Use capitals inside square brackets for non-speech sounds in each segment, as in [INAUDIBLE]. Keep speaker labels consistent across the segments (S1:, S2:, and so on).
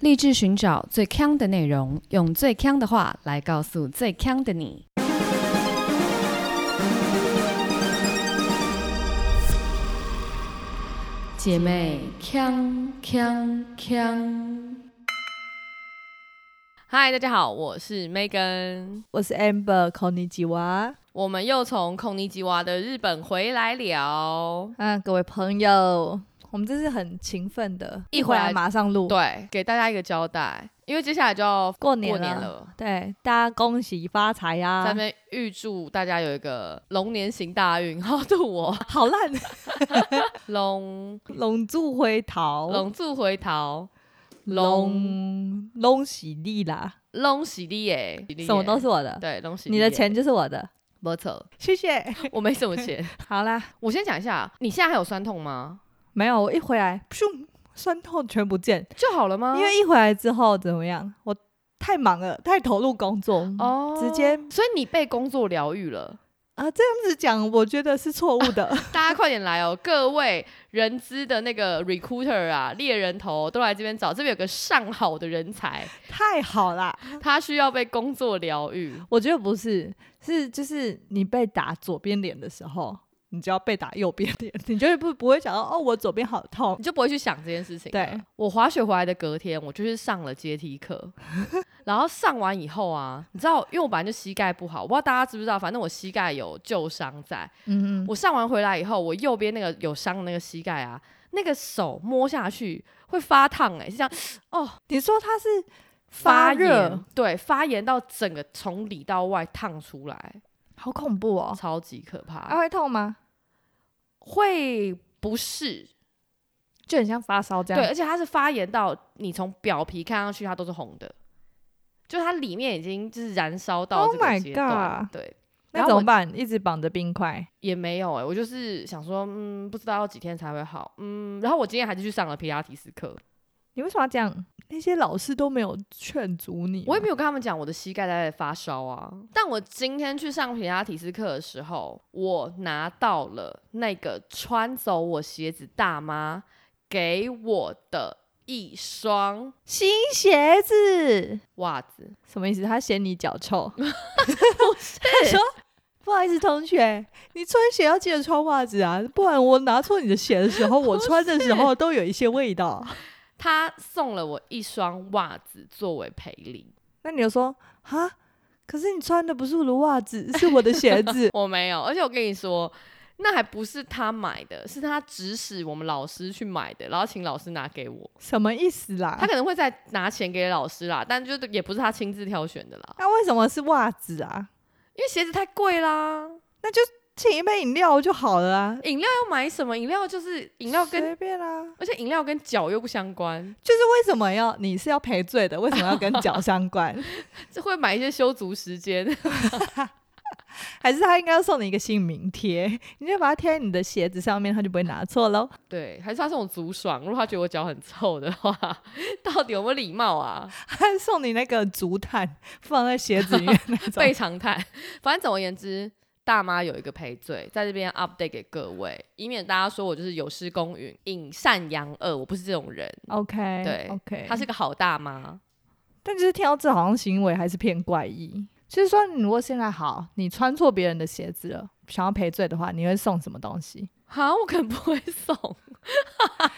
S1: 立志寻找最强的内容，用最强的话来告诉最强的你。姐妹，强强强！
S2: 嗨，大家好，我是 Megan，
S3: 我是 Amber 考尼吉娃。
S2: 我们又从孔尼基娃的日本回来了。
S3: 啊，各位朋友，我们这是很勤奋的，
S2: 一回
S3: 回
S2: 来
S3: 来马上录。
S2: 对，给大家一个交代，因为接下来就要
S3: 过
S2: 年
S3: 年
S2: 过
S3: 了
S2: 了。
S3: 对，大家恭喜发财呀、
S2: 在那边预祝大家有一个龙年行大运，好度
S3: [LAUGHS]
S2: 哦，
S3: 好烂，
S2: 龙
S3: 龙柱回逃，
S2: 龙祝回逃，龙
S3: 龙龙喜利啦，
S2: 龙喜利耶，喜利耶
S3: 什么都是我的，
S2: 对，龙喜利
S3: 你
S2: 耶
S3: 的钱就是我的，
S2: 没错，
S3: 谢谢。
S2: 我没什么钱。
S3: [LAUGHS] 好啦，
S2: 我先讲一下，你现在还有酸痛吗？
S3: 没有，我一回来，咻，酸痛全不见，
S2: 就好了吗？
S3: 因为一回来之后怎么样，我太忙了，太投入工作，
S2: 哦，
S3: 直接
S2: 所以你被工作疗愈了。
S3: 啊，这样子讲，我觉得是错误的。
S2: 大家快点来哦！各位人资的那个 recruiter 啊，猎人头都来这边找，这边有个上好的人 [LAUGHS] 才，
S3: 太好啦！
S2: 他需要被工作疗愈。
S3: 我觉得不是，是就是你被打左边脸的时候，你就要被打右边脸， [LAUGHS] 你就会不不会想到哦，我左边好痛
S2: 你。就不会去想这件事情。
S3: 对，啊
S2: 我滑雪回来的隔天，我就是上了阶梯 [LAUGHS] 课，然后上完以后啊，你知道，因为我本来就膝盖不好，我不知道大家知不知道，反正我膝盖有旧伤在。
S3: 嗯嗯，
S2: 我上完回来以后，我右边那个有伤的那个膝盖啊，那个手摸下去会发烫、欸，哎，是这样哦，
S3: 你说它是
S2: 发
S3: 发
S2: 热
S3: 热，
S2: 对，发炎到整个从里到外烫出来，
S3: 好恐怖哦，
S2: 超级可怕。
S3: 它、会痛吗？
S2: 会不适，
S3: 就很像发烧这样。
S2: 对，，而且它是发炎到你从表皮看上去它都是红的，就它里面已经就是燃烧到
S3: Oh
S2: 这个
S3: my
S2: 阶段。
S3: God
S2: 对，然
S3: 那
S2: 后
S3: 怎
S2: 我
S3: 么办？一直绑着冰块，
S2: 也没有哎、我就是想说，嗯，不知道要几天才会好，嗯，然后我今天还是去上了皮拉提斯课，
S3: 你为什么要这样？那些老师都没有劝阻你吗，
S2: 我也没有跟他们讲我的膝盖在发烧啊，但我今天去上皮拉提斯课的时候，我拿到了那个穿走我鞋子大妈给我的一双
S3: 新鞋子，
S2: 袜子，
S3: 什么意思？他嫌你脚 [LAUGHS] 臭，不是？他说不好意思，同学，你穿鞋要记得穿袜子啊，不然我拿错你的鞋的时候，我穿的时候都有一些味道。
S2: 她送了我一双袜子作为赔礼，。
S3: [LAUGHS] 那你就说啊，可是你穿的不是我的袜子，是我的鞋子
S2: 我没有，而且我跟你说。那还不是她买的，是她指使我们老师去买的，然后请老师拿给我。
S3: [LAUGHS] 什么意思啦
S2: 她？可能会再拿钱给老师啦，但就是也不是她亲自挑选的啦，
S3: 那为什么是袜子啊？
S2: 因为鞋子太贵啦。
S3: 那就请一杯饮料就好了啊，
S2: 饮料要买什么？饮料就是饮料跟，
S3: 随便啊。
S2: 而且饮料跟脚又不相关，
S3: 就是为什么要你是要赔罪的？为什么要跟脚相关？ [LAUGHS]
S2: 这会买一些修足时间。 [LAUGHS]
S3: 还是他应该要送你一个姓名贴，你就把它贴在你的鞋子上面，他就不会拿错喽。
S2: 对，还是他送我足爽。如果他觉得我脚很臭的话， [LAUGHS] 到底有没有礼貌啊？
S3: 他 [LAUGHS] 送你那个竹炭放在鞋子里面那种
S2: 非常态。反正总而言之，大妈有一个赔罪，在这边 update 给各位，以免大家说我就是有失公允、引善扬恶。我不是这种人，
S3: [LAUGHS] OK，
S2: 对
S3: OK，
S2: 她是个好大妈。
S3: 但就是听到这好像行为还是偏怪异。就是说，你如果现在好，你穿错别人的鞋子了，想要赔罪的话，你会送什么东
S2: [LAUGHS]
S3: 西？
S2: 好，我可能不会送，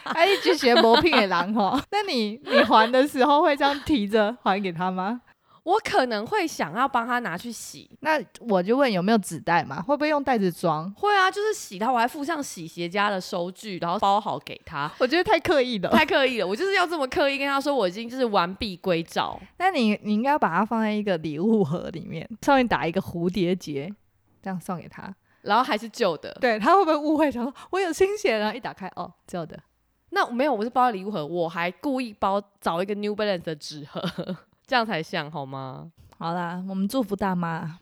S3: 哎，一只鞋磨屁给狼哦。那你你还的时候会这样提着还给他吗？
S2: [LAUGHS] 我可能会想要帮她拿去洗，
S3: 那我就问有没有纸袋嘛？会不会用袋子装？
S2: 会啊，就是洗他，我还附上洗鞋家的收据，然后包好给他。
S3: 我觉得太刻意了。
S2: 太刻意了，我就是要这么刻意跟他说，我已经就是完璧归赵。
S3: 那你你应该把它放在一个礼物盒里面，上面打一个蝴蝶结，这样送给他。
S2: 然后还是旧的，
S3: 对他会不会误会？想说我有新鞋，然后一打开，哦，旧的。
S2: 那没有，我是包在礼物盒，我还故意包找一个 New Balance 的纸盒， [LAUGHS] 这样才像好吗？
S3: 好啦，我们祝福大妈，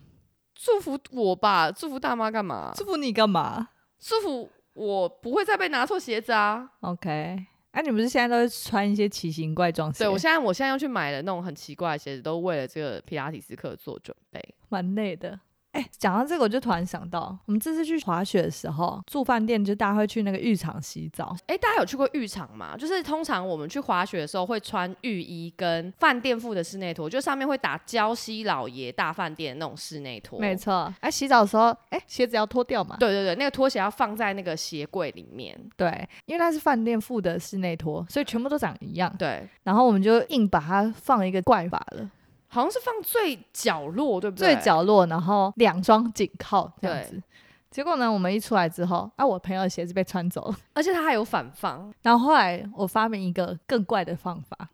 S2: 祝福我吧，祝福大妈干嘛？
S3: 祝福你干嘛
S2: 祝福我不会再被拿错鞋子啊！
S3: ？OK，那、你不是现在都会穿一些奇形怪状鞋？
S2: 对我现在我现在要去买的那种很奇怪的鞋子，都为了这个皮拉提斯课做准备。
S3: 蛮累的。哎、哎、讲到这个，我就突然想到，我们这次去滑雪的时候，住饭店就大家会去那个浴场洗澡，
S2: 哎、大家有去过浴场吗？就是通常我们去滑雪的时候会穿浴衣跟饭店附的室内拖，就上面会打胶西老爷大饭店那种室内拖。
S3: 没。错。哎、洗澡的时候，哎、鞋子要脱掉嘛？
S2: 对对对，那个拖鞋要放在那个鞋柜里面。
S3: 对，因为它是饭店附的室内拖，所以全部都长一样。
S2: 对，
S3: 然后我们就硬把它放一个怪法了，
S2: 好像是放最角落，对不对？
S3: 最。角落，然后两双紧靠这样
S2: 对
S3: 子。结果呢，我们一出来之后，啊，我朋友的鞋子被穿走了。
S2: 而且它还有反放。
S3: 然后后来我发明一个更怪的方法，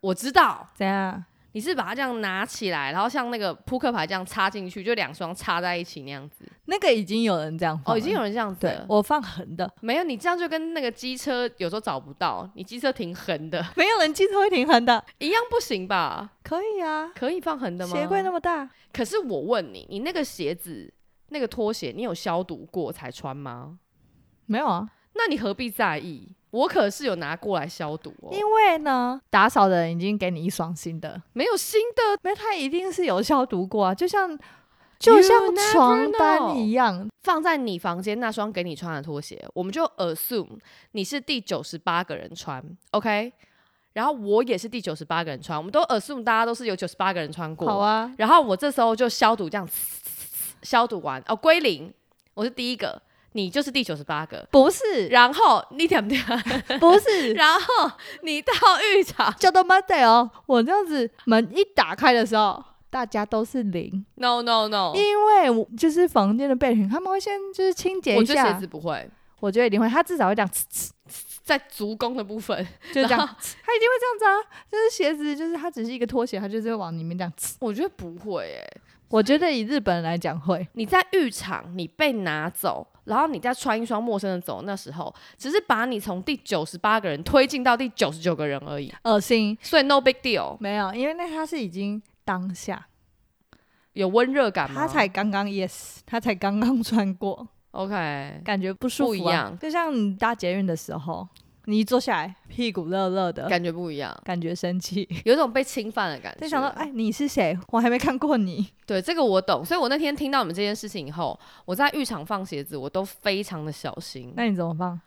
S2: 我知道
S3: 怎样？
S2: 你是把它这样拿起来，然后像那个扑克牌这样插进去，就两双插在一起那样子。
S3: 那个已经有人这样
S2: 哦，
S3: 放了
S2: 已经有人这样子
S3: 对
S2: 了。
S3: 我放横的，
S2: 没有，你这样就跟那个机车有时候找不到，你机车停横的
S3: [LAUGHS] 没有人机车会停横的，
S2: 一样不行吧？
S3: 可以啊。
S2: 可以放横的吗？
S3: 鞋柜那么大，
S2: 可是我问你，你那个鞋子、那个拖鞋，你有消毒过才穿吗？
S3: 没有啊？
S2: 那你何必在意？我可是有拿过来消毒哦，
S3: 因为呢，打扫的人已经给你一双新的，
S2: 没有新的。
S3: 没有他一定是有消毒过啊，就像就像
S2: never
S3: 床单
S2: know
S3: 一样，
S2: 放在你房间那双给你穿的拖鞋，我们就 assume 你是第九十八个人穿，OK？然后我也是第九十八个人穿，我们都 assume 大家都是有九十八个人穿过。
S3: 好啊，
S2: 然后我这时候就消毒，这样呲呲呲消毒完哦，归零，我是第一个，你就是第九十八个。
S3: 不是
S2: 然后你点不点？
S3: 不是。
S2: 然后你到浴场
S3: 叫到 Monday 哦，我这样子门一打开的时候，大家都是零，
S2: [LAUGHS] ，no no no，
S3: 因为我就是房间的备品，他们会先就是清洁
S2: 我
S3: 一
S2: 觉得鞋
S3: 下
S2: 子，不会，
S3: 我觉得一定会，他至少会这样，呲呲
S2: 在足弓的部分，
S3: 就是这
S2: 然
S3: 样，
S2: 后
S3: 呲他一定会这样子啊，就是鞋子，就是它只是一个拖鞋，它就是会往里面这样。呲
S2: 我觉得不会诶、
S3: 我觉得以日本人来讲会，
S2: 你在浴场，你被拿走，然后你再穿一双陌生的走，那时候只是把你从第九十八个人推进到第九十九个人而已，
S3: 恶心，
S2: 所以 no big deal，
S3: 没有，因为那他是已经当下，
S2: 有温热感吗？
S3: 他才刚刚 yes，他才刚刚穿过，
S2: OK，
S3: 感觉不舒服、啊，
S2: 不一样
S3: 就像你搭捷运的时候，你一坐下来，屁股热热的，
S2: [LAUGHS] 感觉不一样，
S3: 感觉生气，
S2: 有一种被侵犯的感觉。
S3: 就想到，哎，你是谁？我还没看过你。
S2: 对这个我懂，所以我那天听到你们这件事情以后，我在浴场放鞋子，我都非常的小心，
S3: 那你怎么放？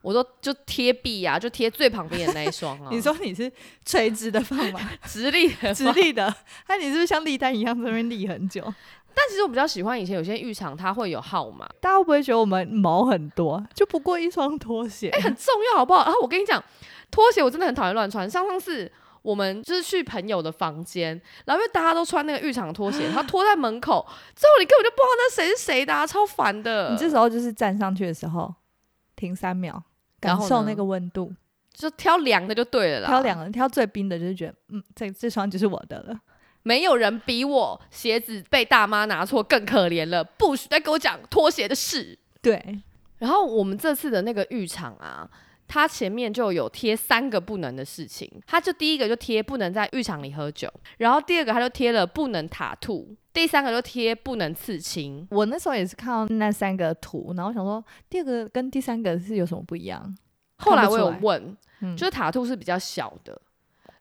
S2: 我都就贴壁啊，就贴最旁边的那一双啊
S3: [LAUGHS] ，你说你是垂直的放 [LAUGHS] 吗？
S2: 直立的
S3: 直立的？那你是不是像立蛋一样在那边立很久？
S2: [LAUGHS] 但其实我比较喜欢以前有些浴场它会有号码，
S3: 大家会不会觉得我们毛很多？就不过一双拖鞋。
S2: 很重要好不好？然后我跟你讲，拖鞋我真的很讨厌乱穿。上上次我们就是去朋友的房间，然后因为大家都穿那个浴场拖
S3: [GASPS]
S2: 鞋，然后拖在门口，最后你根本就不知道那谁是谁的、啊，超烦的。
S3: [LAUGHS] 你这时候就是站上去的时候，停三秒，
S2: 然
S3: 感
S2: 后
S3: 受
S2: 呢
S3: 那个温度，
S2: 就挑凉的就对了啦，
S3: 挑两个人，挑最冰的，就是觉得，嗯，这这双就是我的了。
S2: 没有人比我鞋子被大妈拿错更可怜了，不许再给我讲拖鞋的事。
S3: 对，
S2: 然后我们这次的那个浴场啊，它前面就有贴三个不能的事情，它就第一个就贴不能在浴场里喝酒，然后第二个它就贴了不能塔兔，第三个就贴不能刺青。
S3: 我那时候也是看到那三个图，然后想说，第二个跟第三个是有什么不一样？
S2: 后来
S3: 看不
S2: 我
S3: 出
S2: 有
S3: 来
S2: 问，
S3: 嗯，
S2: 就是塔兔是比较小的，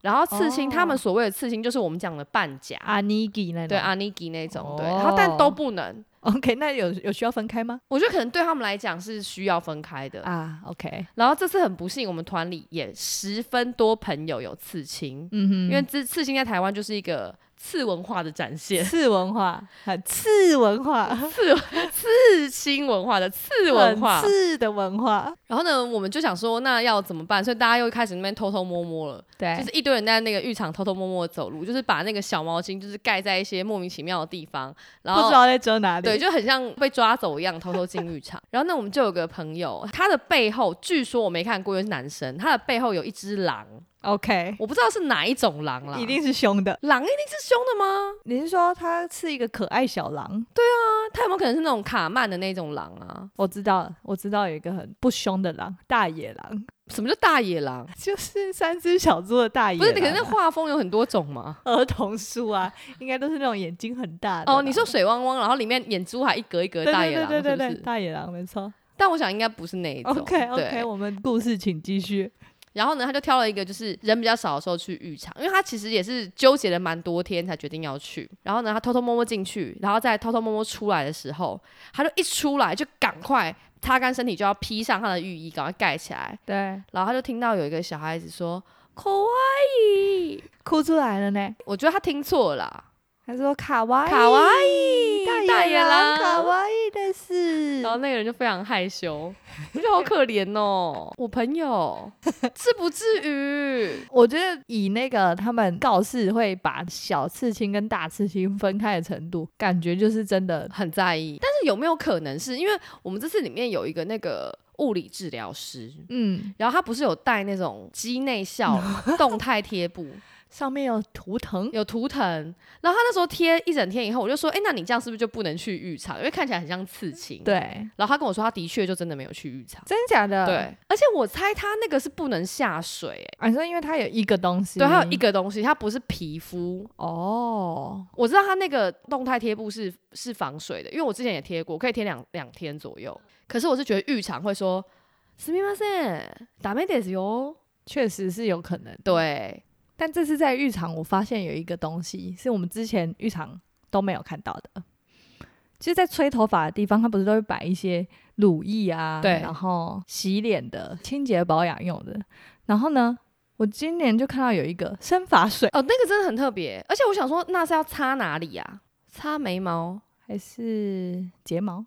S2: 然后刺青，
S3: 哦
S2: 他们所谓的刺青就是我们讲的半甲，
S3: 阿尼基那种。
S2: 对阿尼基那种，对，
S3: 哦
S2: 然后但都不能。
S3: ，OK，那有有需要分开吗？
S2: 我觉得可能对他们来讲是需要分开的，
S3: 啊，OK，
S2: 然后这次很不幸，我们团里也十分多朋友有刺青，
S3: 嗯哼， [LAUGHS]
S2: 因为刺刺青在台湾就是一个次文化的展现，
S3: 次文化，很次文化，
S2: 次刺青文化的次文化
S3: 很。次的文化，
S2: 然后呢，我们就想说，那要怎么办？所以大家又开始那边偷偷摸摸了，
S3: 对，
S2: 就是一堆人在那个浴场偷偷摸摸的走路，就是把那个小毛巾就是盖在一些莫名其妙的地方，然
S3: 不
S2: 后
S3: 知道在遮哪里。
S2: 对，就很像被抓走一样，偷偷进浴场。然后呢，我们就有个朋友，他的背后据说我没看过，因为是男生，他的背后有一只狼，
S3: OK，
S2: 我不知道是哪一种狼啦。
S3: 一定是凶的。
S2: 狼一定是凶的吗？
S3: 你是说他是一个可爱小狼？
S2: 那他有没有可能是那种卡曼的那种狼啊？
S3: 我知道了，我知道有一个很不凶的狼，大野狼， [LAUGHS]
S2: 什么叫大野
S3: 啊
S2: 狼？
S3: 就是三只小猪的大野
S2: 不
S3: 狼
S2: 是，
S3: 啊。
S2: 可是那画风有很多种嘛。
S3: 儿童书啊，应该都是那种眼睛很大的啦。
S2: 哦，你说水汪汪，然后里面眼珠还一格一格
S3: 对
S2: 的
S3: 对
S2: 大野狼，
S3: 对对对
S2: 是
S3: 对，
S2: 不是？
S3: 大野狼没错。
S2: 但我想应该不是那一种。
S3: OK OK，
S2: 对
S3: 我们故事请继续。
S2: 然后呢，他就挑了一个就是人比较少的时候去浴场，因为他其实也是纠结了蛮多天才决定要去。然后呢，他偷偷摸摸进去，然后再偷偷摸摸出来的时候，他就一出来就赶快擦干身体，就要披上他的浴衣，赶快盖起来。
S3: 对，
S2: 然后他就听到有一个小孩子说“可爱い”，
S3: 哭出来了呢。
S2: 我觉得他听错了啦，
S3: 他说卡哇伊，
S2: 卡哇
S3: 伊，大
S2: 野狼
S3: 卡哇伊的是
S2: 然后那个人就非常害
S3: [LAUGHS]
S2: 羞，我觉得好可怜哦，我朋友，至不至于。
S3: 我觉得以那个他们告示会把小刺青跟大刺青分开的程度，感觉就是真的
S2: 很在意，但是有没有可能是因为我们这次里面有一个那个物理治疗师，
S3: 嗯，
S2: 然后他不是有带那种肌内效
S3: [LAUGHS]
S2: 动态贴布，
S3: 上面有图腾，
S2: 有图腾，然后他那时候贴一整天以后，我就说，哎、那你这样是不是就不能去浴场？因为看起来很像刺青。。
S3: 对，
S2: 然后他跟我说，他的确就真的没有去浴场。
S3: 真假的？
S2: 对，而且我猜他那个是不能下水、哎，
S3: 啊，你说因为它有一个东西，
S2: 对，还有一个东西，它不是皮肤，
S3: 哦，
S2: 我知道它那个动态贴布是是防水的，因为我之前也贴过，可以贴两两天左右。可是我是觉得浴场会说“すみません，ダメですよ
S3: 确实是有可能”。。
S2: 哦对，
S3: 但这次在浴场，我发现有一个东西是我们之前浴场都没有看到的。其实，在吹头发的地方，它不是都会摆一些乳液啊，
S2: 对
S3: 然后洗脸的、清洁保养用的。然后呢，我今年就看到有一个生发水，
S2: 哦，那个真的很特别。而且我想说，那是要擦哪里呀、擦眉毛
S3: 还是睫毛，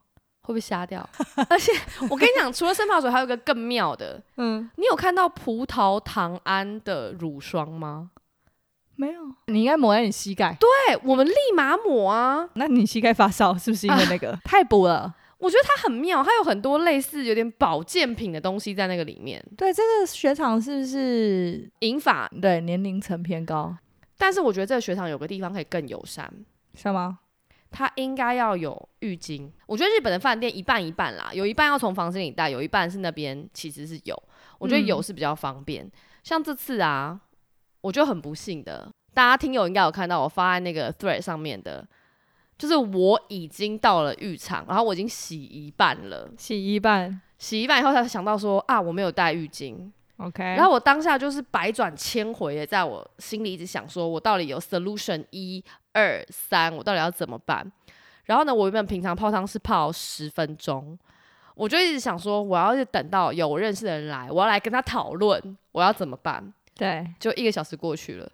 S2: 会不会瞎掉？ [LAUGHS] 而且我跟你讲，除了生发水，还有一个更妙的。
S3: 嗯，
S2: 你有看到葡萄糖胺的乳霜吗？
S3: 没有，你应该抹在你膝盖。
S2: 对，我们立马抹啊。
S3: 那你膝盖发烧是不是因为那
S2: [LAUGHS]
S3: 个、太补了？
S2: 我觉得它很妙，它有很多类似有点保健品的东西在那个里面，
S3: 对，这个学长是不是
S2: 银发
S3: 对年龄层偏高，
S2: 但是我觉得这个学长有个地方可以更友善，
S3: 是吗？
S2: 他应该要有浴巾。我觉得日本的饭店一半一半啦，有一半要从房间里带，有一半是那边其实是有。我觉得有
S3: 嗯
S2: 是比较方便。像这次啊，我就很不幸的，大家听友应该有看到我发在那个 thread 上面的，就是我已经到了浴场，然后我已经洗一半了，
S3: 洗一半
S2: 洗一半以后才想到说啊，我没有带浴巾。
S3: ，OK。
S2: 然后我当下就是百转千回的，在我心里一直想说，我到底有 solution 一二三，我到底要怎么办？然后呢，我原本平常泡汤是泡十分钟，我就一直想说，我要是等到有我认识的人来，我要来跟他讨论，我要怎么办？
S3: 对，
S2: 就一个小时过去了，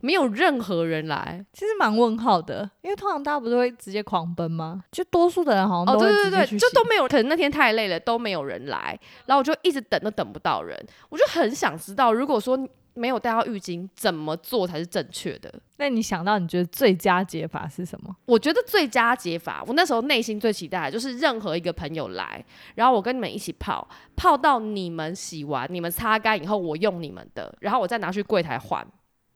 S2: 没有任何人来。
S3: 其实蛮问号的，因为通常大家不都会直接狂奔吗？就多数的人好像
S2: 哦，
S3: 都
S2: 对
S3: 会
S2: 对
S3: 直接
S2: 对，
S3: 去
S2: 对
S3: 洗
S2: 就都没有，可能那天太累了，都没有人来，然后我就一直等都等不到人，我就很想知道，如果说没有带到浴巾，怎么做才是正确的？
S3: 那你想到你觉得最佳解法是什么？
S2: 我觉得最佳解法，我那时候内心最期待的就是任何一个朋友来，然后我跟你们一起泡，泡到你们洗完、你们擦干以后，我用你们的，然后我再拿去柜台换，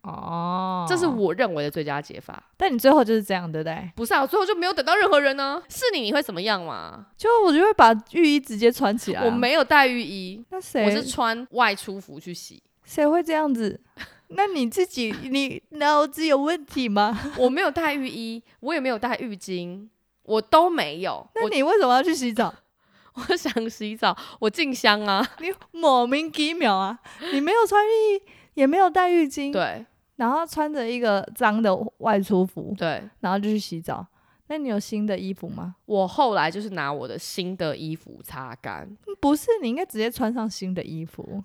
S3: 哦，
S2: 这是我认为的最佳解法。
S3: 但你最后就是这样，对不对？
S2: 不是啊，我最后就没有等到任何人呢、是你，你会怎么样嘛？
S3: 就我就会把浴衣直接穿起来啊、
S2: 我没有带浴衣，
S3: 那
S2: 我是
S3: 谁
S2: 穿外出服去洗，
S3: 谁会这样子？ [LAUGHS] 那你自己你脑子有问题吗？
S2: [LAUGHS] 我没有带浴衣，我也没有带浴巾，我都没有。
S3: 那
S2: 我
S3: 你为什么要去洗澡？
S2: 我想洗澡，我进香啊，
S3: 你莫名其妙啊！你没有穿浴衣，也没有带浴
S2: [LAUGHS]
S3: 巾，
S2: 对
S3: 然后穿着一个脏的外出服，
S2: 对。
S3: 然后就去洗澡。那你有新的衣服吗？
S2: 我后来就是拿我的新的衣服擦干，
S3: 不是，你应该直接穿上新的衣服。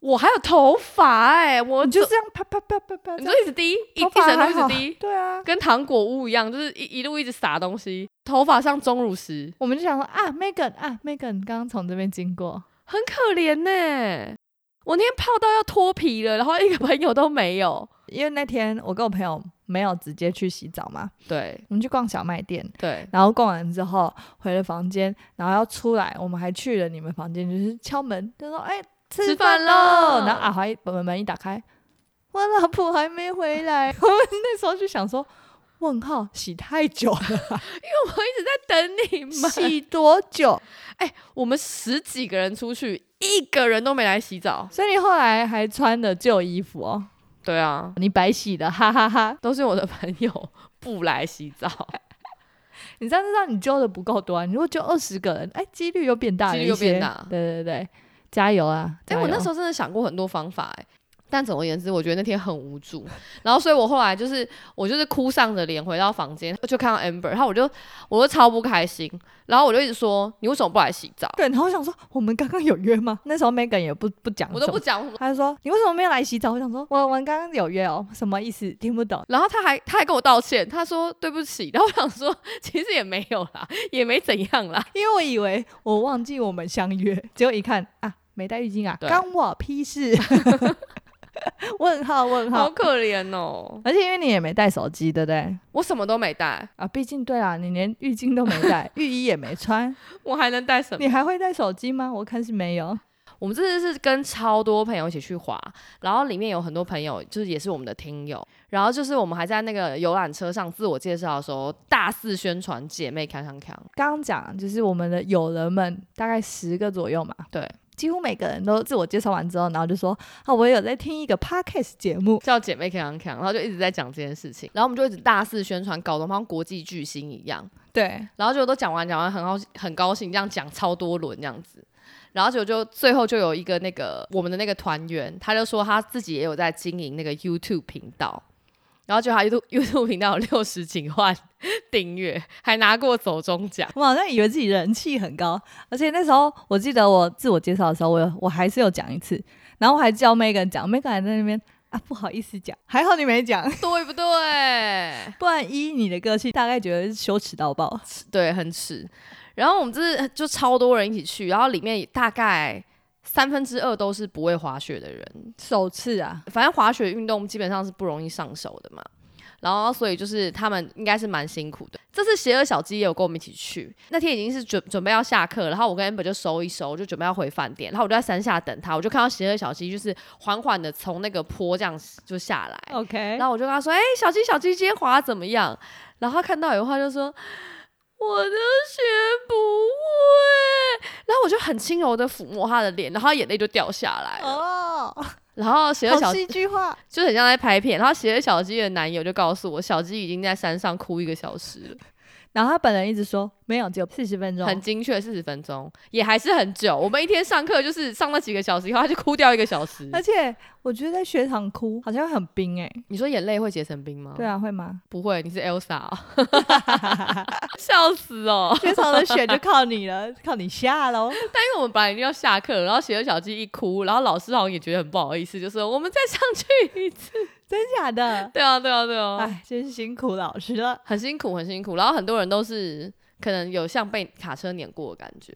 S2: 我还有头发哎、我
S3: 你就
S2: 走
S3: 哦这样啪啪啪啪啪，
S2: 你
S3: 这
S2: 就
S3: 样
S2: 一直滴，一一
S3: 头发
S2: 整路
S3: 还
S2: 一直
S3: 好
S2: 滴，
S3: 对啊，
S2: 跟糖果屋一样，就是一一路一直撒东西，头发上钟乳石，
S3: 我们就想说啊，Megan 啊，Megan 刚刚从这边经过，
S2: 很可怜呢、我那天泡到要脱皮了，然后一个朋友都没
S3: [LAUGHS]
S2: 有。
S3: 因为那天我跟我朋友没有直接去洗澡嘛，
S2: 对
S3: 我们去逛小卖店，
S2: 对，
S3: 然后逛完之后回了房间，然后要出来，我们还去了你们房间，就是敲门，就说哎、
S2: 吃
S3: 吃
S2: 饭
S3: 饭喽
S2: 了。
S3: 然后阿华一把门一打开，我老婆还没回来。 [LAUGHS] 我们那时候就想说，问号洗太久了，
S2: 我一直在等你们。
S3: 洗多久？
S2: 我们十几个人出去，一个人都没来洗澡。
S3: 所以你后来还穿了旧衣服哦，
S2: 对啊，
S3: 你白洗的，哈哈哈
S2: 都是我的朋友不来洗澡，
S3: 你这样就知道你揪的不够多、啊，你如果揪二十个人，哎，几率又变大了
S2: 几
S3: 一
S2: 率
S3: 些，
S2: 又变大
S3: 对对对，加油啊！
S2: 哎、我那时候
S3: 候
S2: 真的想过很多方法、哎，但总而言之，我觉得那天很无助，然后所以我后来就是我就是哭丧着脸回到房间，就看到 Amber，然后我就我就超不开心，然后我就一直说你为什么不来洗澡？
S3: 对，然后我想说，我们刚刚有约吗？那时候 Megan 也不不讲什么，
S2: 我都不讲什么。
S3: 他就说：“你为什么没有来洗澡？”我想说：“我我们刚刚有约哦，什么意思？听不懂。
S2: 然后他还他还跟我道歉，他说对不起。然后我想说，其实也没有啦，也没怎样啦。”
S3: 因为我以为我忘记我们相约， [LAUGHS] 结果一看啊，没带浴巾啊，
S2: 对
S3: 干我屁事！ [LAUGHS] 问号问
S2: 好
S3: 号，
S2: 可怜哦，
S3: 而且因为你也没带手机，对不对？
S2: 我什么都没带，
S3: 啊，毕竟对啊，你连浴巾都没带，浴衣也没 [LAUGHS] 穿，
S2: 我还能带什么
S3: 你？还会带手机吗？我看是没有。
S2: 我们这次是跟超多朋友一起去滑，然后里面有很多朋友就是也是我们的听友，然后就是我们还在那个游览车上自我介绍的时候大肆宣传姐妹康康康，
S3: 刚刚讲就是我们的友人们，大概十个左右嘛，
S2: 对，
S3: 几乎每个人都自我介绍完之后，然后就说啊，我有在听一个 podcast 节目，
S2: 叫姐妹康康康，然后就一直在讲这件事情，然后我们就一直大肆宣传，搞得我们好像国际巨星一样，
S3: 对，
S2: 然后就都讲完讲完很高很高兴，这样讲超多轮这样子。然后就就最后就有一个那个我们的那个团员，他就说他自己也有在经营那个 YouTube 频道，然后就他 YouTube YouTube 频道有六十几万订阅，还拿过走中奖。
S3: [LAUGHS] 我好像以为自己人气很高，而且那时候我记得我自我介绍的时候，我有我还是有讲一次，然后我还叫 Megan 讲，Megan 还在那边啊不好意思讲，还好你没 [LAUGHS] 讲，
S2: 对不对？
S3: 不然依你的个性，大概觉得是羞耻到爆。
S2: 对，很耻。然后我们这就超多人一起去，然后里面大概三分之二都是不会滑雪的人，
S3: 首次啊，
S2: 反正滑雪运动基本上是不容易上手的嘛。然后，所以就是他们应该是蛮辛苦的。这次邪恶小鸡也有跟我们一起去，那天已经是准准备要下课了，然后我跟 Amber 就收一收，就准备要回饭店，然后我就在山下等他，我就看到邪恶小鸡就是缓缓的从那个坡这样就下来，
S3: OK，
S2: 然后我就跟他说：“哎、小鸡，小鸡，今天滑得怎么样？”然后他看到有话就说：“我都学不会。”然后我就很轻柔的抚摸他的脸，然后他眼泪就掉下来了。
S3: 哦，
S2: 然后邪恶小
S3: 好
S2: 鸡
S3: 戏剧化，
S2: 就很像在拍片。然后写了小鸡的男友就告诉我，小鸡已经在山上哭一个小时了，
S3: [LAUGHS] 然后他本人一直说没有，只有四十分钟，
S2: 很精确，四十分钟也还是很久。我们一天上课就是上了几个小时以后，他就哭掉一个小时。
S3: 而且我觉得在雪场哭好像很冰哎、
S2: 你说眼泪会结成冰吗？
S3: 对，啊，会 [LAUGHS] 吗？
S2: 不会，你是 Elsa，哦
S3: [LAUGHS]
S2: 笑死哦！
S3: 雪场的雪就靠你了，靠你下喽。
S2: 但因为我们本来已经要下课了，然后写了小鸡一哭，然后老师好像也觉得很不好意思，就说我们再上去一次。
S3: [LAUGHS] 真假的？
S2: 对啊，对啊，对啊，
S3: 哎，真是辛苦老师了。
S2: 很辛苦，很辛苦。然后很多人都是可能有像被卡车碾过的感觉，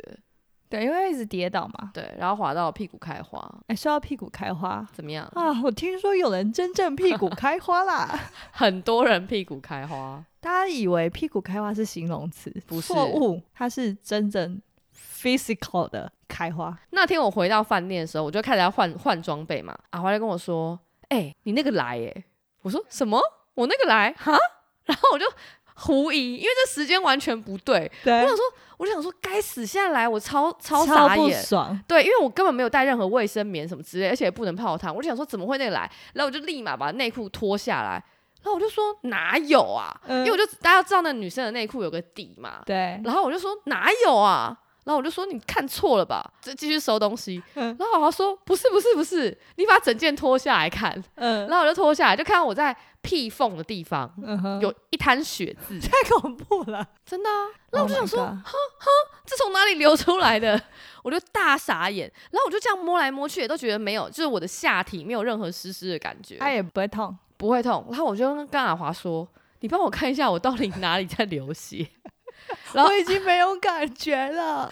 S3: 对，因为一直跌倒嘛。
S2: 对，然后滑到屁股开花，
S3: 哎，说到屁股开花
S2: 怎么样？
S3: 啊，我听说有人真正屁股开
S2: [LAUGHS]
S3: 花啦。
S2: 很多人屁股开花，
S3: 大家以为屁股开花是形容词，
S2: 不是
S3: 错误，它是真正 physical 的开花。
S2: 那天我回到饭店的时候，我就开始要换换装备嘛，阿华就跟我说：“哎、你那个来耶、我说：“什么？我那个来哈？”然后我就狐疑，因为这时间完全不对，
S3: 对
S2: 我想说，我就想说，该死，现在来我超超
S3: 超
S2: 傻
S3: 不
S2: 眼。
S3: 爽。
S2: 对，因为我根本没有带任何卫生棉什么之类，而且也不能泡汤。我就想说，怎么会那个来？然后我就立马把内裤脱下来，然后我就说哪有啊？
S3: 嗯
S2: 因为我就大家知道那女生的内裤有个底嘛，
S3: [LAUGHS] 对，
S2: 然后我就说哪有啊？然后我就说你看错了吧，就继续收东西。
S3: 嗯
S2: 然后好好说不是不是不是，你把整件脱下来看。
S3: 嗯
S2: 然后我就脱下来，就看到我在屁缝的地方
S3: 嗯哼，
S2: 有一滩血渍，
S3: [LAUGHS] 太恐怖了。
S2: 真的啊。然后我就想说
S3: Oh my god
S2: 这从哪里流出来的？ [LAUGHS] 我就大傻眼。然后我就这样摸来摸去，也都觉得没有，就是我的下体没有任何湿湿的感觉，
S3: 它也不会痛。
S2: 不会痛。然后我就跟阿华说：“你帮我看一下我到底哪里在流血。”然后
S3: [LAUGHS] 我已经没有感觉了。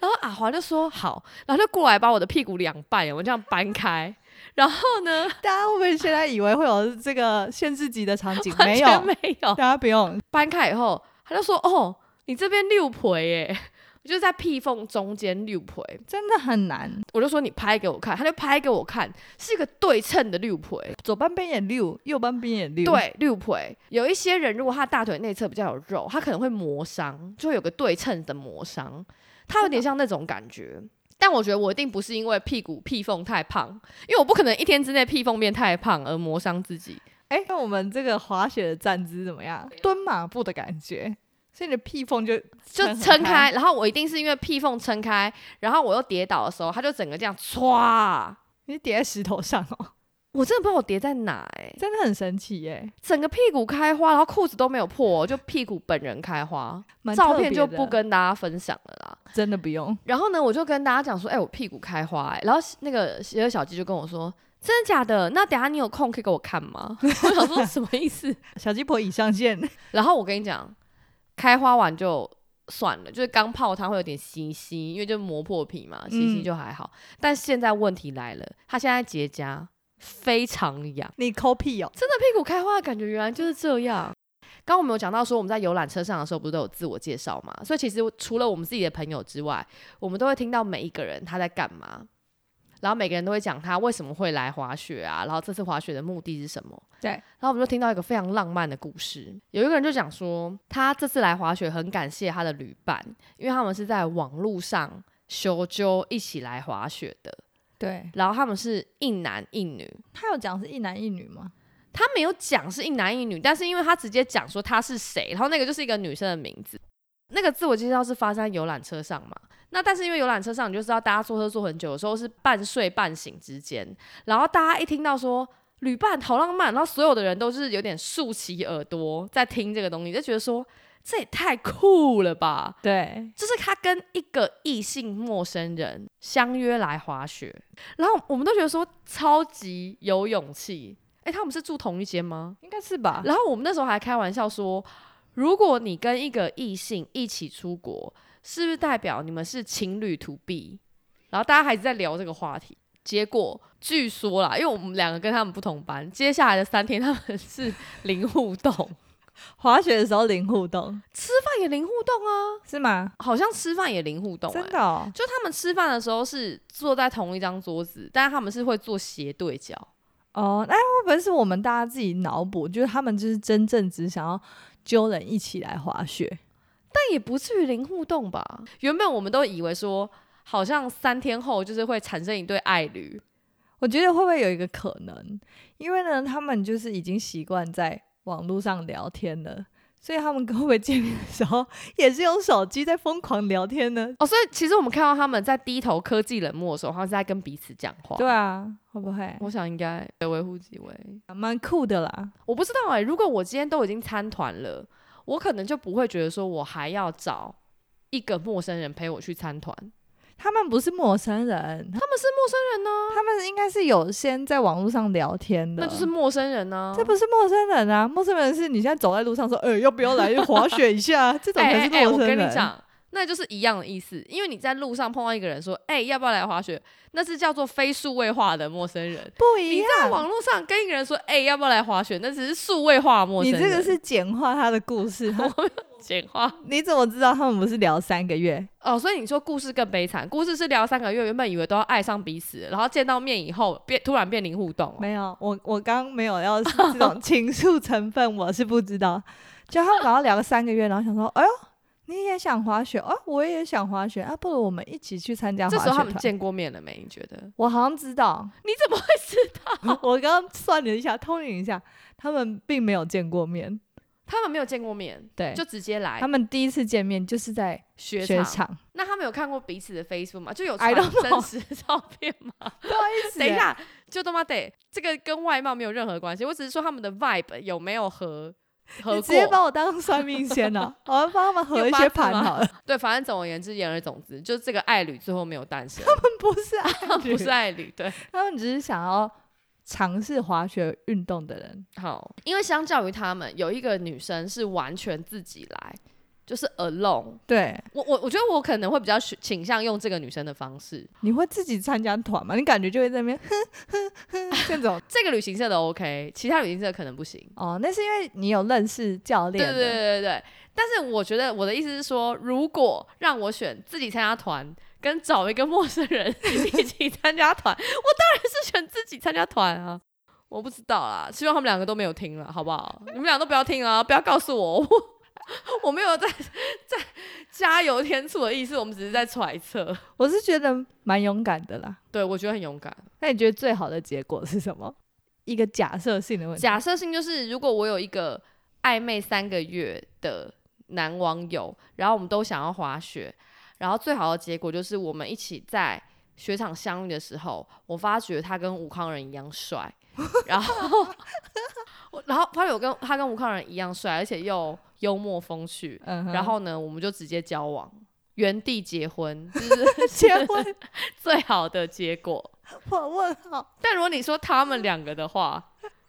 S2: 然后阿华就说好，然后就过来把我的屁股两半，我这样搬开。然后呢，
S3: 大家会不会现在以为会有这个限制级的场景？
S2: 完
S3: 没
S2: 全
S3: 有，
S2: 没有
S3: 大。家不用。
S2: 搬开以后，他就说：“哦，你这边六婆耶。”我就在屁缝中间六婆，
S3: 真的很难，
S2: 我就说你拍给我看，他就拍给我看，是一个对称的六婆，
S3: 左半边也溜，右半边也溜。，
S2: 对六婆。有一些人如果他大腿内侧比较有肉，他可能会磨伤，就会有个对称的磨伤，他有点像那种感觉。但我觉得我一定不是因为屁股屁缝太胖，因为我不可能一天之内屁缝变太胖而磨伤自己。
S3: 哎，那我们这个滑雪的站姿怎么样？蹲马步的感觉，所以你的屁缝就
S2: 就
S3: 撑很
S2: 撑
S3: 开
S2: 开，然后我一定是因为屁缝撑开，然后我又跌倒的时候，它就整个这样歘，
S3: 你叠在石头上哦，
S2: 我真的不知道我跌在哪哎、欸
S3: 真的很神奇耶、
S2: 整个屁股开花，然后裤子都没有破哦、就屁股本人开花，
S3: 蛮
S2: 照
S3: 特
S2: 片
S3: 别
S2: 就
S3: 的
S2: 不跟大家分享了啦。
S3: 真的不用，
S2: 然后呢，我就跟大家讲说，哎、我屁股开花、哎，然后那个邪恶小鸡就跟我说，真的假的？那等下你有空可以给我看吗？ [LAUGHS] 我想说什么意思？
S3: 小鸡婆已上线， [LAUGHS]
S2: 然后我跟你讲，开花完就算了，就是刚泡汤会有点稀稀，因为就磨破皮嘛，稀稀
S3: 嗯
S2: 就还好。但现在问题来了，它现在结痂，非常痒，
S3: 你抠屁哦，
S2: 真的屁股开花的感觉原来就是这样。刚刚我们有讲到说我们在游览车上的时候不是都有自我介绍嘛，所以其实除了我们自己的朋友之外，我们都会听到每一个人他在干嘛，然后每个人都会讲他为什么会来滑雪啊，然后这次滑雪的目的是什么。
S3: 对，
S2: 然后我们就听到一个非常浪漫的故事，有一个人就讲说，他这次来滑雪很感谢他的旅伴，因为他们是在网络上修纠一起来滑雪的，
S3: 对，
S2: 然后他们是一男一女，
S3: 他有讲是一男一女吗？
S2: 他没有讲是一男一女，但是因为他直接讲说他是谁，然后那个就是一个女生的名字。那个自我介绍是发生在游览车上嘛？那但是因为游览车上你就知道，大家坐车坐很久，有时候是半睡半醒之间。然后大家一听到说旅伴好浪漫，然后所有的人都是有点竖起耳朵在听这个东西，就觉得说这也太酷了吧！
S3: 对，
S2: 就是他跟一个异性陌生人相约来滑雪，然后我们都觉得说超级有勇气。哎、他们是住同一间吗？
S3: 应该是吧。
S2: 然后我们那时候还开玩笑说，如果你跟一个异性一起出国，是不是代表你们是情侣 to be？然后大家还是在聊这个话题。结果据说啦，因为我们两个跟他们不同班，接下来的三天他们是零互动，饭
S3: 滑雪的时候零互动
S2: 也零互动啊，
S3: 是吗？
S2: 好像吃饭也零互动、欸，
S3: 真的哦，
S2: 就他们吃饭的时候是坐在同一张桌子，但他们是会坐斜对角。
S3: 哦，那会不会是我们大家自己脑补？就是他们就是真正只想要揪人一起来滑雪，
S2: 但也不至于零互动吧？原本我们都以为说，好像三天后就是会产生一对爱侣，
S3: 我觉得会不会有一个可能？因为呢，他们就是已经习惯在网络上聊天了，所以他们跟我们见面的时候也是用手机在疯狂聊天呢。
S2: 哦，所以其实我们看到他们在低头科技冷漠的时候，他们是在跟彼此讲话。
S3: 对，啊，会不会
S2: 我想应该得微乎其微。
S3: 蛮酷的啦？
S2: 我不知道哎、如果我今天都已经参团了，我可能就不会觉得说我还要找一个陌生人陪我去参团。
S3: 他们不是陌生人，他
S2: 他们是陌生人呢、啊
S3: 他们应该是有先在网络上聊天的，
S2: 那就是陌生人啊呢、
S3: 这不是陌生人啊！陌生人是你现在走在路上说，呃、要不要来滑雪一下？ [LAUGHS] 这种
S2: 哎
S3: 才
S2: 哎
S3: 是
S2: 哎，我
S3: 陌生
S2: 跟
S3: 人。
S2: 你讲，那就是一样的意思，因为你在路上碰到一个人说：“哎、要不要来滑雪？”那是叫做非数位化的陌生人。
S3: 不一
S2: 你
S3: 样。
S2: 在网络上跟一个人说：“哎、要不要来滑雪？”那只是数位化的陌
S3: 你
S2: 生人。
S3: 这个是简化他的故事，他
S2: 简化
S3: [LAUGHS] 你怎么知道他们不是聊三个月？
S2: 哦，所以你说故事更悲惨，故事是聊三个月，原本以为都要爱上彼此，然后见到面以后变突然变零互动哦、
S3: 没有， [LAUGHS] 我我刚没有要这种情愫成分，我是不知道。就他们然后聊了三个月，然后想说，哎呦，你也想滑雪哦，我也想滑雪啊，不如我们一起去参加滑
S2: 这
S3: 雪
S2: 时候他们
S3: 团
S2: 见过面了没？你觉得？
S3: 我好像知道， [LAUGHS]
S2: 你怎么会知道？
S3: 我刚刚算了一下，偷你一下，他们并没有见过面，
S2: 他们没有见过面，
S3: 对，
S2: 就直接来
S3: 他们第一次见面就是在
S2: 雪
S3: 雪
S2: 场。
S3: 场。
S2: 那他们有看过彼此的 Facebook 吗？就有
S3: I
S2: 传
S3: don't know
S2: 真实照片吗？
S3: 不好意思
S2: 等
S3: 等
S2: 一
S3: 一下，
S2: 下，就他妈得这个跟外貌没有任何关系，我只是说他们的 vibe 有没有合合
S3: 你直接
S2: 过。
S3: 把我当算命先 [LAUGHS] 了，我要帮他们合
S2: 有
S3: 一
S2: 八
S3: 些
S2: 字
S3: 盘
S2: 吗
S3: 好了。
S2: 对，反正总而言之，言而总之，就是这个爱侣最后没有诞 [LAUGHS] 生，
S3: [LAUGHS] 不是啊，
S2: 不是爱侣。 [LAUGHS] 对，
S3: 他们只是想要尝试滑雪运动的人。
S2: 好，因为相较于他们，有一个女生是完全自己来，就是 alone。
S3: 对，
S2: 我我我觉得我可能会比较选倾向用这个女生的方式。
S3: 你会自己参加团吗？你感觉就会在那边哼哼哼这种
S2: 这个旅行社的 OK，其他旅行社可能不行。
S3: [LAUGHS] 哦，那是因为你有认识教
S2: 对
S3: 练
S2: 对
S3: 的，
S2: 对对对。但是我觉得我的意思是说，如果让我选自己参加团，跟找一个陌生人一起参加团，我当然是选自己参加团啊。 [LAUGHS] 我不知道啦，希望他们两个都没有听了，好不好？你们俩都不要听啊，不要 [LAUGHS] 告诉我，我我没有在 [LAUGHS] 在加油添醋的意思，我们只是在揣测。
S3: 我是觉得蛮勇敢的啦。
S2: 对我觉得很勇敢。
S3: 那你觉得最好的结果是什么？一个假设性的问题，
S2: 假设性就是，如果我有一个暧昧三个月的男网友，然后我们都想要滑雪，然后最好的结果就是我们一起在雪场相遇的时候，我发觉他跟吴康仁一样帅，然后我然后发觉我跟他跟吴康仁一样帅，而且又幽默风趣，
S3: 嗯哼，
S2: 然后呢，我们就直接交往，原地结婚，这是
S3: [LAUGHS] 结婚，
S2: 最好的结果。
S3: 我问号，
S2: 但如果你说他们两个的话，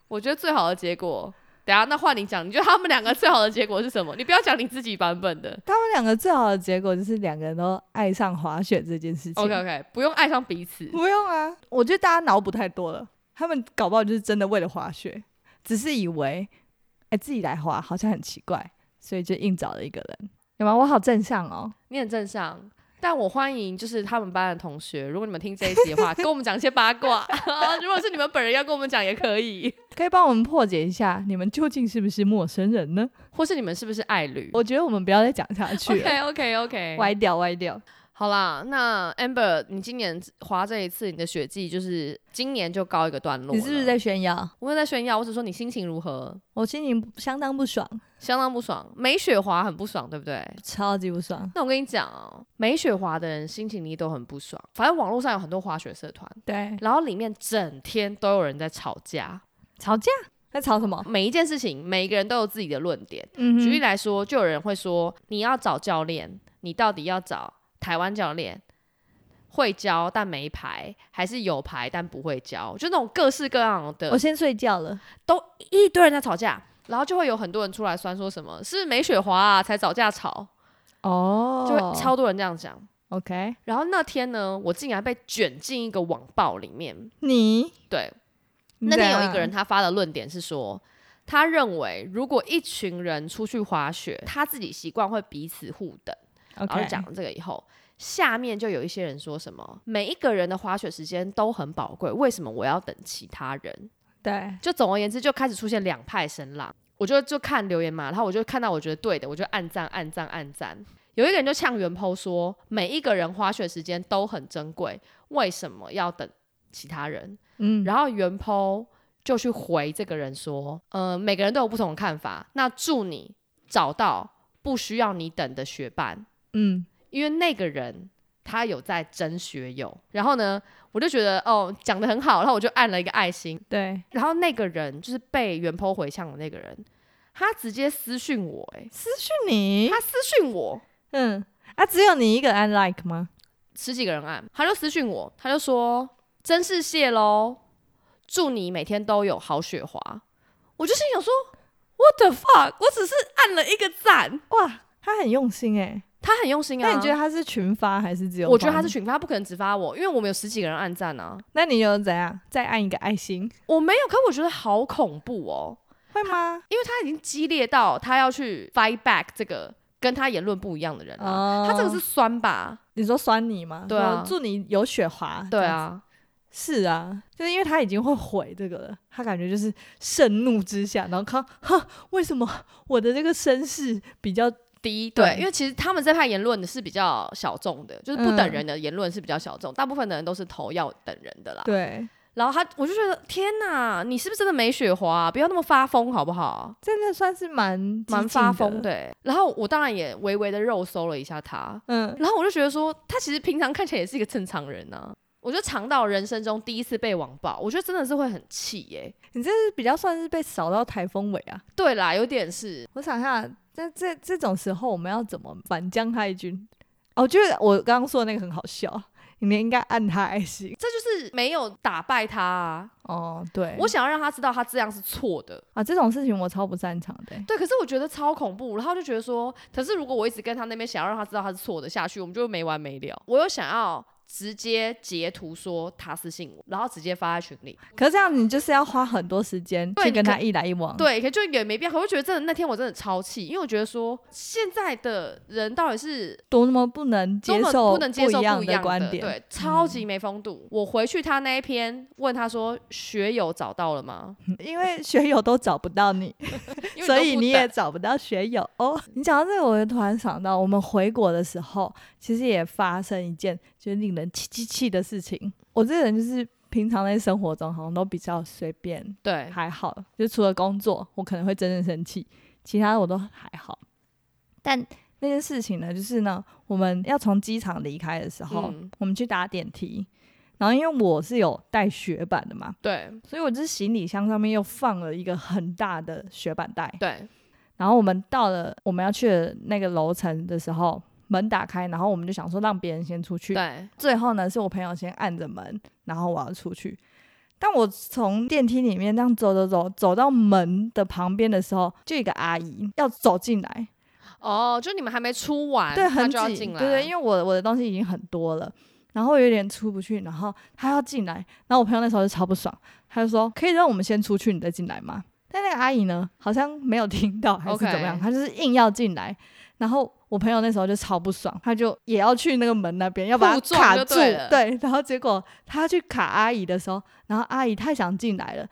S2: 我觉得最好的结果，等一下那换你讲，你觉得他们两个最好的结果是什么？你不要讲你自己版本的。
S3: 他们两个最好的结果就是两个人都爱上滑雪这件事情。
S2: OK OK，不用爱上彼此。
S3: 不用啊，我觉得大家脑补太多了，他们搞不好就是真的为了滑雪，只是以为哎、自己来滑好像很奇怪，所以就硬找了一个人。有吗？我好正向哦，
S2: 你很正向，但我欢迎就是他们班的同学，如果你们听这一集的
S3: [LAUGHS]
S2: 话，跟我们讲一些八卦。 [LAUGHS] 如果是你们本人要跟我们讲也可以，
S3: 可以帮我们破解一下，你们究竟是不是陌生人呢？
S2: 或是你们是不是爱侣
S3: 我觉得我们不要再讲下去了
S2: ？OK OK OK，
S3: 歪掉歪掉。
S2: 好啦，那 Amber，你今年滑这一次，你的雪季就是今年就告一个段落。
S3: 你是不是在？炫耀？
S2: 我没有在炫耀，我只说你心情如何，
S3: 我心情相当不爽，
S2: 相当不爽。没雪滑很不爽，对不对？
S3: 超级不爽。
S2: 那我跟你讲哦，没雪滑的人心情一定都很不爽。反正网络上有很多滑雪社团，
S3: 对，
S2: 然后里面整天都有人在吵架，
S3: 吵架在吵什么？
S2: 每一件事情，每一个人都有自己的论点。
S3: 哦嗯
S2: 举例
S3: 哼，
S2: 来说，就有人会说，你要找教练，你到底要找台湾教练，会教但没牌，还是有牌但不会教？就那种各式各样
S3: 我
S2: 的，
S3: 先睡觉了。
S2: 都一堆人在吵架，然后就会有很多人出来酸说什么是不是没雪滑啊才找架吵，
S3: 哦
S2: 就会超多人这样讲。
S3: OK。
S2: 然后那天呢，我竟然被卷进一个网暴里面。
S3: 你
S2: 对，
S3: 你
S2: 那天
S3: 怎
S2: 有一
S3: 样
S2: 个人他发的论点是说，他认为如果一群人出去滑雪，他自己习惯会彼此互等。然后就
S3: ，OK，
S2: 讲了这个以后，下面就有一些人说什么，每一个人的滑雪时间都很宝贵，为什么我要等其他人？
S3: 对，
S2: 就总而言之，就开始出现两派声浪。我就就看留言嘛，然后我就看到我觉得对的，我就按赞按赞按赞。有一个人就呛原 po 说，每一个人滑雪时间都很珍贵，为什么要等其他人？
S3: 嗯，
S2: 然后原 po 就去回这个人说，呃，每个人都有不同的看法，那祝你找到不需要你等的雪伴。
S3: 嗯，
S2: 因为那个人他有在争学友，然后呢，我就觉得哦讲的很好，然后我就按了一个爱心，
S3: 对，
S2: 然后那个人就是被原 po 回呛的那个人，他直接私讯我、欸，
S3: 私讯你，
S2: 他私讯我
S3: 嗯，啊，只有你一个按 like 吗？
S2: 十几个人按，他就私讯我，他就说真是谢喽，祝你每天都有好雪滑，我就心想说 what the fuck，我只是按了一个赞，
S3: 哇，他很用心哎、
S2: 他很用心啊，
S3: 那你觉得？他是群发还是只有？
S2: 我觉得他是，群发，他不可能只发我，因为我们有十几个人按赞啊。
S3: 那你有怎样？再按一个爱心，
S2: 我没有，可我觉得好恐怖哦，
S3: 会吗？
S2: 因为他已经激烈到他要去 fight back 这个跟他言论不一样的人啊了、
S3: 哦
S2: 他这个是酸吧？
S3: 你说酸你吗？
S2: 对啊
S3: 说祝你有雪滑。
S2: 对
S3: 这样子，
S2: 啊，
S3: 是啊，就是因为他已经会毁这个了，他感觉就是盛怒之下，然后看， [LAUGHS] 哼，为什么我的这个身世比较
S2: 第一
S3: 对
S2: 对，因为其实他们这派言论是比较小众的，就是不等
S3: 嗯
S2: 人的言论是比较小众、大部分的人都是投要等人的啦。
S3: 对？
S2: 然后他，我就觉得天哪，你是不是真的没雪花、啊不要那么发疯好不好？
S3: 真的算是蛮
S2: 蛮
S3: 激进
S2: 发疯
S3: 的，
S2: 的欸、然后我当然也微微的肉搜了一下他，
S3: 嗯，
S2: 然后我就觉得说，他其实平常看起来也是一个正常人啊。我觉得尝到人生中第一次被网暴，我觉得真的是会很气耶、
S3: 你这是比较算是被扫到台风尾啊。
S2: 对啦，有点是
S3: 我想一下，那这这种时候我们要怎么反将他一军？哦，就是我刚刚说的那个很好笑，你们应该按他爱心。
S2: 这就是没有打败他啊。
S3: 哦，对，
S2: 我想要让他知道他这样是错的。
S3: 啊这种事情我超不擅长的欸、
S2: 对，可是我觉得超恐怖，然后就觉得说，可是如果我一直跟他那边想要让他知道他是错的下去，我们就没完没了。我又想要直接截图说他私信我，然后直接发在群里，
S3: 可是这样你就是要花很多时间
S2: 对
S3: 去
S2: 你
S3: 跟
S2: 可
S3: 他一来一往。，
S2: 对，可就也没必要。可我觉得真的那天我真的超气，因为我觉得说现在的人到底是
S3: 多么不能接
S2: 根本
S3: 受
S2: 不能接受
S3: 一
S2: 不
S3: 样
S2: 一样
S3: 观点。嗯
S2: 对，超级没风度。我回去他那一篇问他说学友找到了吗？
S3: 因为学友都找不到你，
S2: 因为
S3: 所
S2: 都
S3: 以
S2: 不
S3: 你也
S2: 等
S3: 找不到学友哦。 [LAUGHS] 你讲到这个，我就突然想到，我们回国的时候，其实也发生一件就是令人气气气的事情。我这个人就是平常在生活中好像都比较随便，
S2: 对
S3: 还好，就除了工作，我可能会真正生气，其他的我都还好。但那件事情呢，就是呢，我们要从机场离开的时候，
S2: 嗯
S3: 我们去搭电梯，然后因为我是有带雪板的嘛，
S2: 对
S3: 所以我这行李箱上面又放了一个很大的雪板袋。
S2: 对，
S3: 然后我们到了我们要去的那个楼层的时候，门打开，然后我们就想说让别人先出去。
S2: 对，
S3: 最后呢，是我朋友先按着门，然后我要出去。但我从电梯里面这样走走走，走到门的旁边的时候，就有一个阿姨要走进来，
S2: 哦，就你们还没出完，
S3: 对，
S2: 他
S3: 很
S2: 就要
S3: 挤，
S2: 进
S3: 对
S2: 来，
S3: 对，因为我我的东西已经很多了，然后有点出不去，然后他要进来，然后我朋友那时候就超不爽，他就说可以让我们先出去，你再进来吗？但那个阿姨呢，好像没有听到还是
S2: OK
S3: 怎么样，她就是硬要进来，然后我朋友那时候就超不爽，他就也要去那个门那边，要把
S2: 互
S3: 它
S2: 撞
S3: 卡
S2: 就
S3: 住，
S2: 对了
S3: 对，然后结果他去卡阿姨的时候，然后阿姨太想进来了，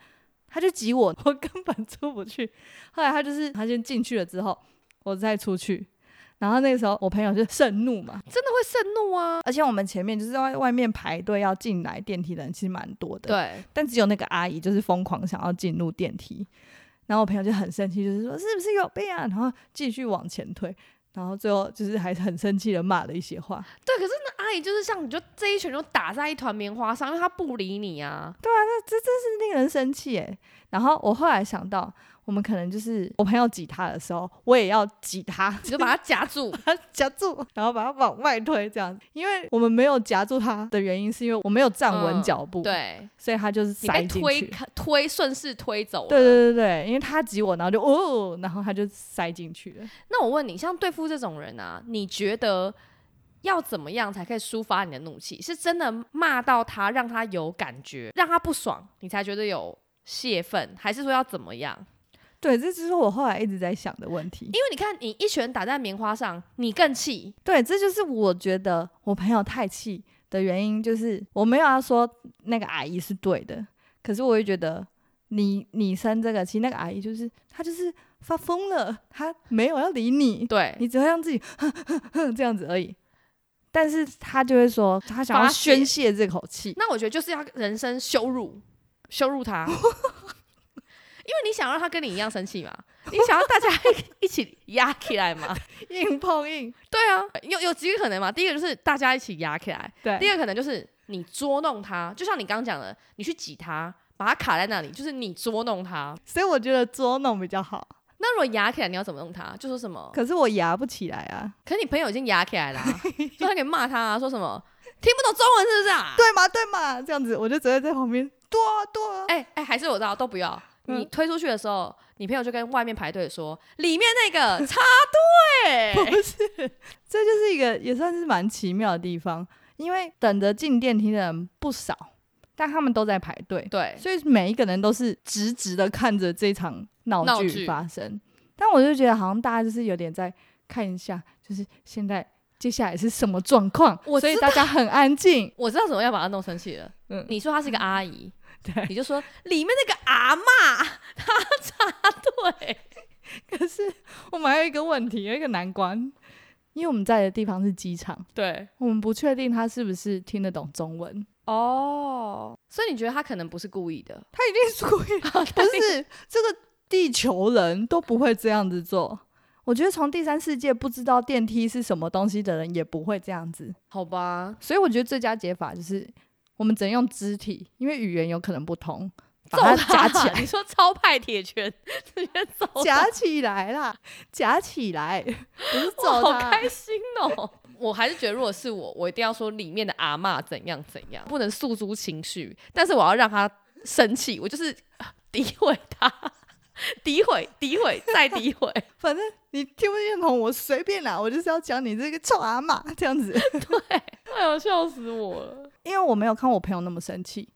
S3: 他就挤我，我根本出不去。后来他就是他先进去了之后，我再出去。然后那个时候我朋友就盛怒嘛，
S2: 真的会盛怒啊，
S3: 而且我们前面就是在外面排队要进来电梯的人其实蛮多的，，
S2: 对，
S3: 但只有那个阿姨就是疯狂想要进入电梯。然后我朋友就很生气，就是说是不是有病啊？然后继续往前推，然后最后就是还很生气的骂了一些 [LAUGHS] 话。
S2: 对，可是那阿姨就是像你就这一拳就打在一团棉花上，因为她不理你啊，
S3: 令人生气诶，然后我后来想到，我们可能就是我朋友挤他的时候，我也要挤他，
S2: 你就把她夹
S3: [LAUGHS]
S2: 住，
S3: 把他夹住，然后把他往外推，这样。因为我们没有夹住他的原因，是因为我没有站稳
S2: 嗯
S3: 脚步，，
S2: 对，
S3: 所以他就是
S2: 你被
S3: 塞进
S2: 推
S3: 去。
S2: 开推顺势推走了，
S3: 对对对对，因为他挤我，然后就哦，然后他就塞进去了。
S2: 那我问你，像对付这种人啊，你觉得要怎么样才可以抒发你的怒气？是真的骂到他，让他有感觉，让他不爽，你才觉得有泄愤，还是说要怎么样？
S3: 对，这就是我后来一直在想的问题
S2: 因。为你看，你一拳打在棉花上，你更气，
S3: 对，这就是我觉得我朋友太气的原因，就是我没有要说那个阿姨是对的，可是我会觉得你你生这个气，那个阿姨就是她就是发疯了，她没有要理你，
S2: 对，
S3: 你只会让自己 [LAUGHS] 这样子而已。但是她就会说，她想
S2: 发
S3: 要
S2: 泄
S3: 宣泄这口气， [LAUGHS]
S2: 那我觉得就是要人身羞辱，羞辱他， [LAUGHS] 因为你想让他跟你一样生气嘛，你想要大家一起压起来嘛，
S3: 硬碰硬，
S2: 对啊，有有几个可能嘛，第一个就是大家一起压起来，
S3: 对
S2: 第二可能就是你捉弄他，就像你刚刚讲的，你去挤他，把他卡在那里，就是你捉弄他。
S3: 所以我觉得捉弄比较好。
S2: 那如果压起来，你要怎么弄他？就说什么？
S3: 可是我牙不起来啊，
S2: 可你朋友已经压起来了、啊，所以他可以骂他、啊，说什么听不懂中文是不是啊？
S3: 对嘛对嘛，这样子我就只会在旁边对啊对啊，
S2: 哎哎、还是我知道，都不要。
S3: 嗯
S2: 你推出去的时候，你朋友就跟外面排队说，里面那
S3: [LAUGHS]
S2: 个插
S3: 不
S2: 队，
S3: 是，这就是一个也算是蛮奇妙的地方，因为等着进电梯的人不少，但他们都在排队，
S2: 对，
S3: 所以每一个人都是直直的看着这场闹
S2: 闹剧
S3: 剧发生。但我就觉得好像大家就是有点在看一下，就是现在接下来是什么状况
S2: 我，
S3: 所以
S2: 知
S3: 大家很安静。 [LAUGHS]
S2: 我知道怎么样把他弄生气了。
S3: 嗯
S2: 你说她是个阿姨，
S3: 对，
S2: 你就说里面那个阿嬷，她插
S3: [LAUGHS]
S2: 队。
S3: 可是我们还有一个问题，有一个难关，因为我们在的地方是机场，
S2: 对，
S3: 我们不确定他是不是听得懂中文。
S2: 哦，所以你觉得他可能不是故意的？
S3: 他一定是故
S2: [LAUGHS]
S3: 意
S2: 啊
S3: 的，不是这个地球人都不会这样子做。我觉得从第三世界不知道电梯是什么东西的人也不会这样子，
S2: 好吧，
S3: 所以我觉得最佳解法就是我们只能用肢体，因为语言有可能不同，把
S2: 揍
S3: 它
S2: 他
S3: 夹起
S2: [LAUGHS]
S3: 来，
S2: 你说超派铁拳，直接揍他，
S3: 夹起来啦，夹
S2: [LAUGHS]
S3: 起来，不是
S2: 我
S3: 揍
S2: 好
S3: 他。
S2: 开心哦！ [LAUGHS] 我还是觉得，如果是我，我一定要说里面的阿嬷怎样怎样，不能诉诸情绪，但是我要让他生气，我就是啊诋毁他， [LAUGHS] 诋毁、诋毁再诋毁。
S3: 反正你听不听得懂，我随便啦，我就是要讲你这个臭阿妈这样子。
S2: [LAUGHS] 哎呦，笑死我了！
S3: 因为我没有看我朋友那么生气，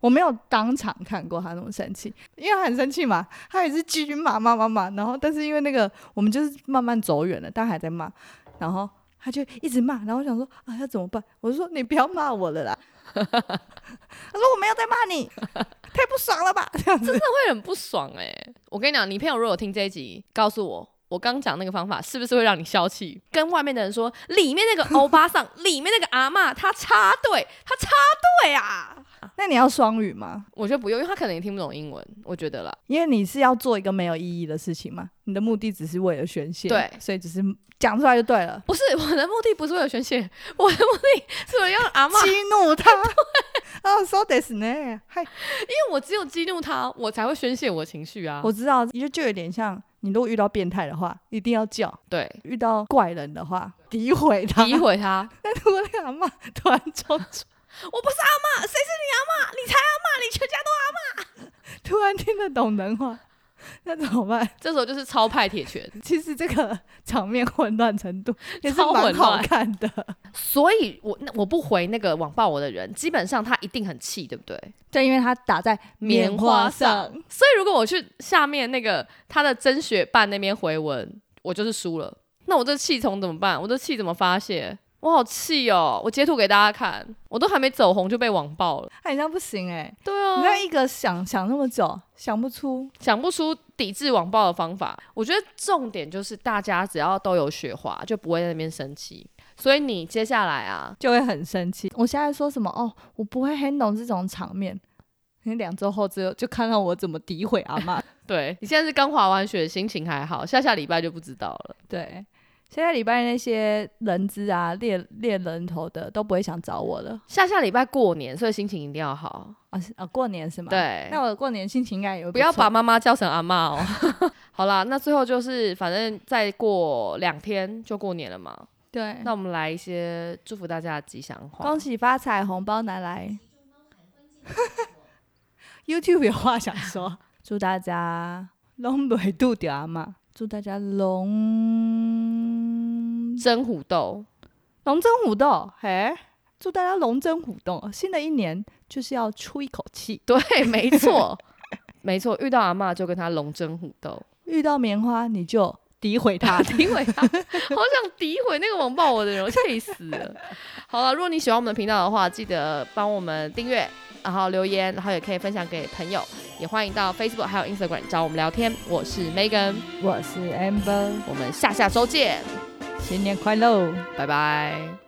S3: 我没有当场看过他那么生气，因为他很生气嘛，他也是继续骂骂骂骂，然后但是因为那个我们就是慢慢走远了，但还在骂，然后他就一直骂，然后我想说啊要怎么办？我就说你不要骂我了啦， [LAUGHS] 他说我没有在骂你，太不爽了吧？ [LAUGHS] 这样子，
S2: 会很不爽哎、我跟你讲，你朋友如果有听这一集，告诉我。我刚讲那个方法是不是会让你消气？跟外面的人说， [LAUGHS] 里面那个欧巴桑，里面那个阿嬷，她插队，她插队啊！下，
S3: 那你要双语吗？
S2: 我觉得不用，因为他可能也听不懂英文，我觉得啦。
S3: 因为你是要做一个没有意义的事情嘛，你的目的只是为了宣泄，
S2: 对
S3: 所以只是讲出来就对了，
S2: 不是我的目的不是为了宣泄， [LAUGHS] 我的目的是为了让阿妈，
S3: 激
S2: 因
S3: 怒他。 [LAUGHS] 哦，so this 呢？嗨，
S2: 为我只有激怒他，我才会宣泄我的情绪啊。
S3: 我知道，就就有点像你如果遇到变态的话，一定要叫；
S2: 对，
S3: 遇到怪人的话，诋毁
S2: [LAUGHS]
S3: 他。
S2: 诋毁他，
S3: 我 [LAUGHS] 那个阿嬷突然冲出，
S2: 我不是阿妈，谁是你阿妈？你才阿妈，你全家都
S3: 突然听得懂人话， [LAUGHS] 那怎么办？ [LAUGHS]
S2: 这时候就是超派铁拳。
S3: 其实这个场面混乱程度也是
S2: 超
S3: 蛮
S2: 混
S3: 好
S2: 乱
S3: 看的。
S2: 所以我那我不回那个网暴我的人，基本上他一定很气，对不对？
S3: [LAUGHS] 对，因为他打在棉花上，
S2: 所以如果我去下面那个他的甄学办那边回文，我就是输了。那我这气从怎么办？我这气怎么发泄？我好气哦！我截图给大家看，我都还没走红就被网暴了。
S3: 哎，你这样不行哎、
S2: 对
S3: 你
S2: 啊，
S3: 要一个想想那么久，想不出。
S2: 想不出抵制网暴的方法。我觉得重点就是大家只要都有雪滑，就不会在那边生气。所以你接下来啊，
S3: 就会很生气。我现在说什么哦，我不会 handle 这种场面。你两周后之后就看到我怎么诋毁阿妈。
S2: 对你现在是刚滑完雪，心情还好，下下礼拜就不知道了。
S3: 对，现在礼拜那些人资啊、猎猎人头的都不会想找我了。
S2: 下下礼拜过年，所以心情一定要好。
S3: 啊是啊，过年是吗？。
S2: 对，
S3: 那我过年心情应该也会
S2: 不要
S3: 错
S2: 把妈妈叫成阿妈哦。 [LAUGHS] 好啦，那最后就是反正再过两天就过年了嘛，
S3: 对。
S2: 那我们来一些祝福大家的吉祥话。
S3: 恭！喜发财，红包拿来。YouTube 有话想说，祝大家龙尾度掉阿妈，祝大家龙
S2: 真虎斗，
S3: 龙争虎斗，嘿，祝大家龙争虎斗！新的一年就是要出一口气，
S2: [LAUGHS] 对，没错， [LAUGHS] 没错，遇到阿妈就跟她龙争虎斗，
S3: 遇到棉花你就诋
S2: [LAUGHS]
S3: 毁它。
S2: 诋毁她，好想诋毁那个网暴我的人，我气死了。 [LAUGHS] 好了，如果你喜欢我们的频道的话，记得帮我们订阅，然后留言，然后也可以分享给朋友，也欢迎到 Facebook 还有 Instagram 找我们聊天。我是 Megan，
S3: 我是 Amber，
S2: 我们下下周见，
S3: 新年快乐！
S2: 拜拜。